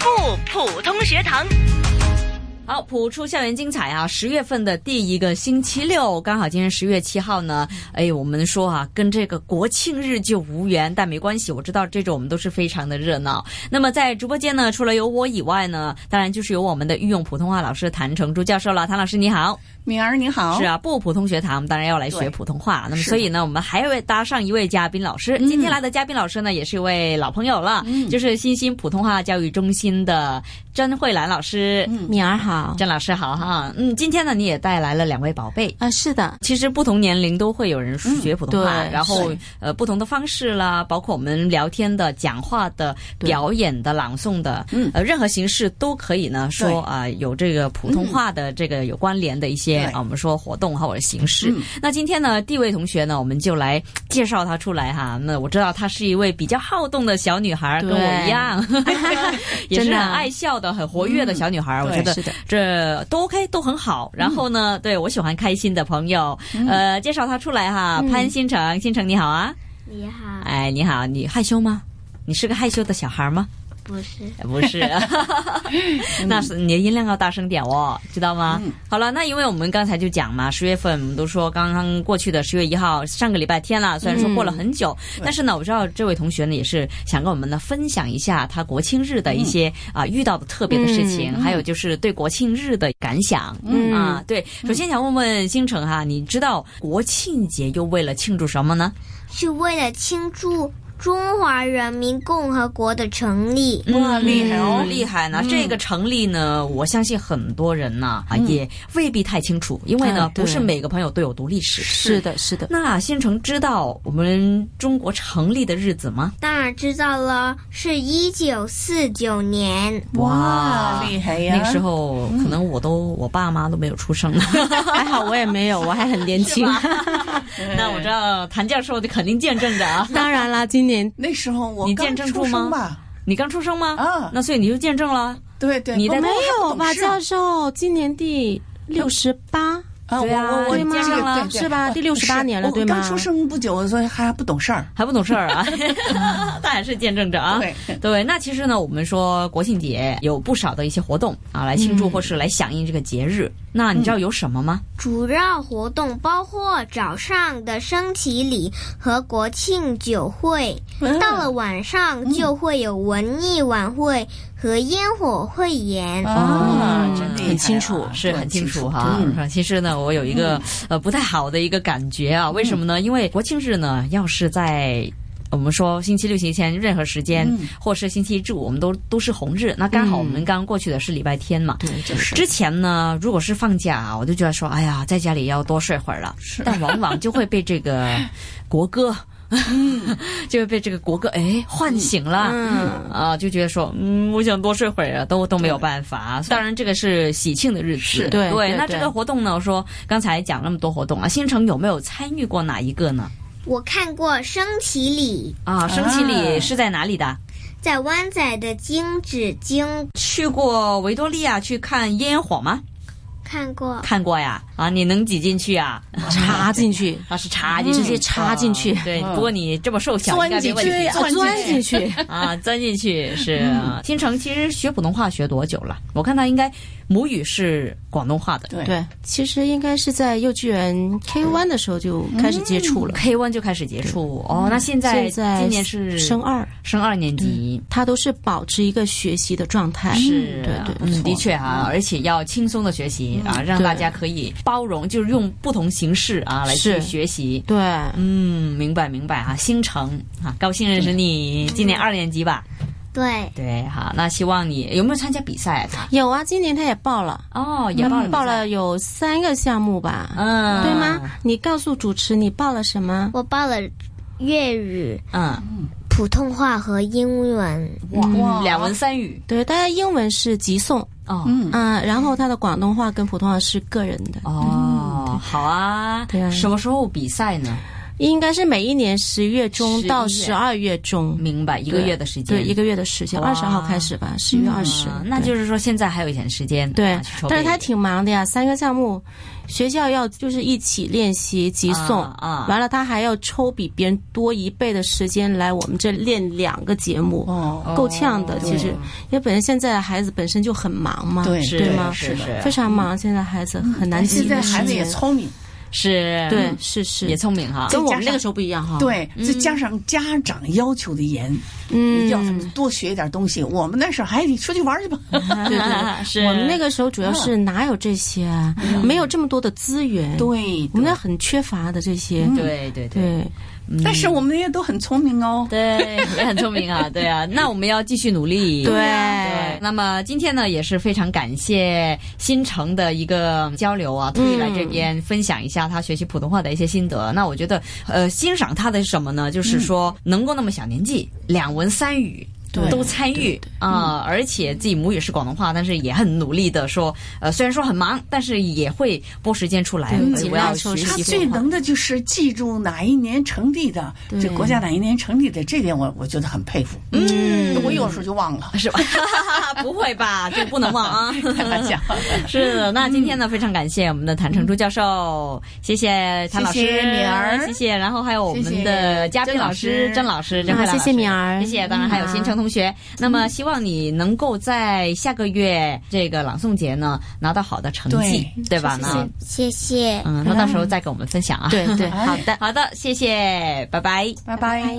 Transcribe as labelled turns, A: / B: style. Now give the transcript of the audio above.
A: 普通学堂。
B: 好，普出校园精彩啊！十月份的第一个星期六，刚好今天十月七号呢。哎，我们说啊，跟这个国庆日就无缘，但没关系，我知道这种我们都是非常的热闹。那么在直播间呢，除了有我以外呢，当然就是有我们的御用普通话老师谭成珠教授了。谭老师你好，
C: 敏儿你好，
B: 是啊，不普通学堂，我们当然要来学普通话。那么所以呢，我们还会搭上一位嘉宾老师。今天来的嘉宾老师呢，也是一位老朋友了，
C: 嗯
B: 就是新兴普通话教育中心的甄慧兰老师。
C: 嗯
D: 敏儿好
B: 郑老师好哈，嗯，今天呢你也带来了两位宝贝。
D: 啊，是的，
B: 其实不同年龄都会有人学普通话，
D: 嗯对
B: 然后
D: 是
B: 呃不同的方式啦，包括我们聊天的、讲话的、
D: 对
B: 表演的、朗诵的，
C: 嗯
B: 呃任何形式都可以呢
C: 对
B: 说啊、有这个普通话的这个有关联的一
D: 嗯
B: 些
C: 对
B: 啊、我们说活动哈或者形式。
C: 嗯
B: 那今天呢，第一位同学呢，我们就来介绍她出来哈。那我知道她是一位比较好动的小女孩，跟
D: 对
B: 我一样， 也是
D: 真的啊
B: 很爱笑的、很活跃的小女孩。
C: 嗯
B: 我
C: 对
B: 觉得
D: 是的，嗯
B: 这都 OK，都很好。然后呢，对我喜欢开心的朋友，呃，介绍他出来哈，
D: 嗯
B: 潘新成，新成你好啊，
E: 你好，
B: 哎，你好，你害羞吗？你是个害羞的小孩吗？
E: 不是
B: 哎不是，那是你的音量要大声点哦，知道吗？
C: 嗯
B: 好了，那因为我们刚才就讲嘛，十月份我们都说刚刚过去的十月一号，上个礼拜天了，虽然说过了很久，但是呢，我知道这位同学呢也是想跟我们呢分享一下他国庆日的一些啊、遇到的特别的事情，还有就是对国庆日的感想。
D: 嗯
B: 啊，对，首先想问问星辰哈，你知道国庆节又为了庆祝什么呢？
E: 是为了庆祝中华人民共和国的成立。
C: 哇厉害哦
B: 嗯厉害呢！这个成立呢，我相信很多人呐
C: 嗯
B: 啊也未必太清楚，因为呢，
C: 哎
D: 嗯对
B: 不是每个朋友都有读历史。
D: 是的，是的，
B: 那新城知道我们中国成立的日子吗？
E: 当然知道了，是一九四九年。
C: 哇，厉害哎呀！
B: 啊那个时候可能我都我爸妈都没有出 生呢。
D: 还好我也没有，我还很年 轻。
C: 对
B: 那我知道谭教授就肯定见证着啊。
C: 哎
D: 当然啦，今年
C: 那时候我
B: 你
C: 刚
B: 见证住
C: 出
B: 吗
C: 生吧？
B: 你刚出生吗？
C: 啊
B: 那所以你就见证了。
C: 对对，
B: 你
C: 我
B: 在
C: 我
D: 没
C: 还不
D: 有
C: 懂
D: 吧，
C: 事
D: 教授？今年第六十八，
C: 啊，我
B: 对啊
C: 我我
B: 对吗
C: 这个
D: 了
C: 对对
D: 是吧
C: 我
D: 第68
C: 是
D: 年了
C: 我
D: 对吗
C: 刚出生不久，所以还不懂事儿。
B: 还不懂事儿 啊，但还是见证着啊。
C: 对
B: 那其实呢，我们说国庆节有不少的一些活动啊，来庆祝或是来响应这个节日。那你知道有什么吗？
E: 主要活动包括早上的升旗礼和国庆酒会，
C: 嗯
E: 到了晚上就会有文艺晚会和烟火汇演。
C: 啊，真厉害啊
D: 很清楚
B: 是很清楚哈
C: 嗯。
B: 其实呢，我有一个、呃不太好的一个感觉
C: 嗯
B: 啊，为什么呢？因为国庆日呢，要是在我们说星期六、星期天任何时间，
C: 嗯
B: 或是星期一至五，我们都都是红日。那刚好我们刚过去的是礼拜天嘛，
D: 对，就是
B: 之前呢，如果是放假啊，我就觉得说，哎呀，在家里要多睡会儿了。
C: 是
B: 但往往就会被这个国歌， 就会被这个国歌哎唤醒了。
D: 嗯
B: 啊，就觉得说，嗯，我想多睡会儿啊，都都没有办法。当然，这个是喜庆的日子，
C: 是
D: 对对
B: 那
D: 对
B: 这个活动呢，我说刚才讲那么多活动啊，新城有没有参与过哪一个呢？
E: 我看过升旗礼，
B: 啊，升旗礼
C: 啊
B: 是在哪里的？
E: 在湾仔的金紫荆
B: 去过维多利亚去看烟火吗？
E: 看过。
B: 看过呀。啊，你能挤进去啊？
D: 插进去，
B: 啊，是插进
D: 直
B: 去，
D: 接插进去，
B: 对，
C: 嗯
B: 不过你这么瘦小，
C: 钻
B: 应该没问
C: 进去
B: 题
C: 啊
D: 啊钻进去，
B: 啊。钻进去是
D: 嗯
B: 啊新城，其实学普通话学多久了？我看他应该母语是广东话的。
C: 对
D: 对，其实应该是在幼稚园 K one 的时候就开始接触了。
B: K one 就开始接触哦，那现在
D: 嗯现在
B: 今年嗯是
D: 升二，
B: 升二年级，
D: 他都是保持一个学习的状态，
B: 是
D: 对对，
B: 嗯，的确啊，而且要轻松的学习啊，让
D: 嗯对
B: 大家可以包容，就是用不同形式啊来去
D: 是
B: 学习。
D: 对，
B: 嗯，明白明白啊，星城啊，高兴认识你，
D: 嗯
B: 今年二年级吧？
E: 对，
B: 对，好，那希望你有没有参加比赛啊？
D: 有啊，今年他也报了，嗯
B: 哦，也报了比赛
D: 报，了有三个项目吧，
B: 嗯，
D: 对吗？？你告诉主持你报了什么？
E: 我报了粤语、
B: 嗯，
E: 普通话和英文。
C: 哇
B: 两文三语
D: 对，大家英文是急送，
B: 哦。
C: 嗯
D: 嗯、然后他的广东话跟普通话是个人的，
B: 哦，好啊，
D: 对啊
B: 什么时候比赛呢？
D: 应该是每一年十月中
B: 11
D: 到
B: 月
D: 十二月中，
B: 明白，一个
D: 对
B: 月的时间，
D: 对，一个月的时间，
B: 哇
D: 二十号开始吧，十月二十、
B: 啊那就是说现在还有一点时间，
D: 对
B: 啊去筹，备
D: 但是他挺忙的呀，三个项目，学校要就是一起练习集诵，
B: 啊啊
D: 完了他还要抽比别人多一倍的时间来我们这练两个节目，
C: 哦，
D: 够呛的。
C: 对
D: 其实，因为本身现在的孩子本身就很忙嘛，
C: 对哎
B: 是
D: 对吗？
B: 是的
D: 非常
C: 嗯
D: 忙，现在孩子很难挤
C: 现在
D: 的
C: 孩
D: 时
C: 子也
D: 间。
C: 聪明，
B: 是，嗯
D: 对，是是，
B: 也聪明哈，
D: 跟我
C: 再加
D: 们那
C: 上
D: 个时候不一样哈。，
C: 对，再加上家长要求的严，
D: 嗯，
C: 要他们多学一点东西。我们那时候，哎，你出去玩去吧，
D: 对 对，
B: 是
D: 我们那个时候主要是哪有这些啊？没有这么多的资源，
C: 嗯对，嗯
D: 我们那
C: 对
D: 很缺乏的这些。
B: 对对对。
D: 对，
C: 但是我们也都很聪明哦。
B: 对，也很聪明啊，对 啊，那我们要继续努力。
D: 对
B: 对，那么今天呢也是非常感谢新城的一个交流啊，特意来这边分享一下他学习普通话的一些心得。那我觉得，呃，欣赏他的是什么呢？就是说能够那么小年纪，两文三语。
C: 对
B: 都参与啊、而且自己母语是广东话，但是也很努力的说，呃，虽然说很忙，但是也会拨时间出来，
D: 对
B: 哎
D: 尽
B: 我要
D: 量
B: 学
D: 抽时
C: 他
B: 习
D: 间
B: 普
C: 最
B: 通话。，
C: 能的就是记住哪一年成立的，
D: 对
C: 这国家哪一年成立的，这点我我觉得很佩服。嗯，我有时候就忘了
B: 是吧？ 不会吧？这不能忘 啊！
C: 开玩笑。
B: 是的，那今天呢，非常感谢我们的谭成珠教授，谢谢谭老师，
C: 谢谢敏儿
B: 谢谢，然后还有我们的嘉宾老
C: 谢
B: 师
C: 谢
B: 郑老师，郑慧兰老师，
D: 谢谢敏儿
B: 谢谢，当然还有新城同学。那么希望你能够在下个月这个朗诵节呢拿到好的成绩，对吧？那
E: 谢谢，
B: 嗯，那到时候再跟我们分享啊。
D: 对对，
C: 哎
D: 好的。
B: 好的，谢谢，拜拜。
C: 拜拜。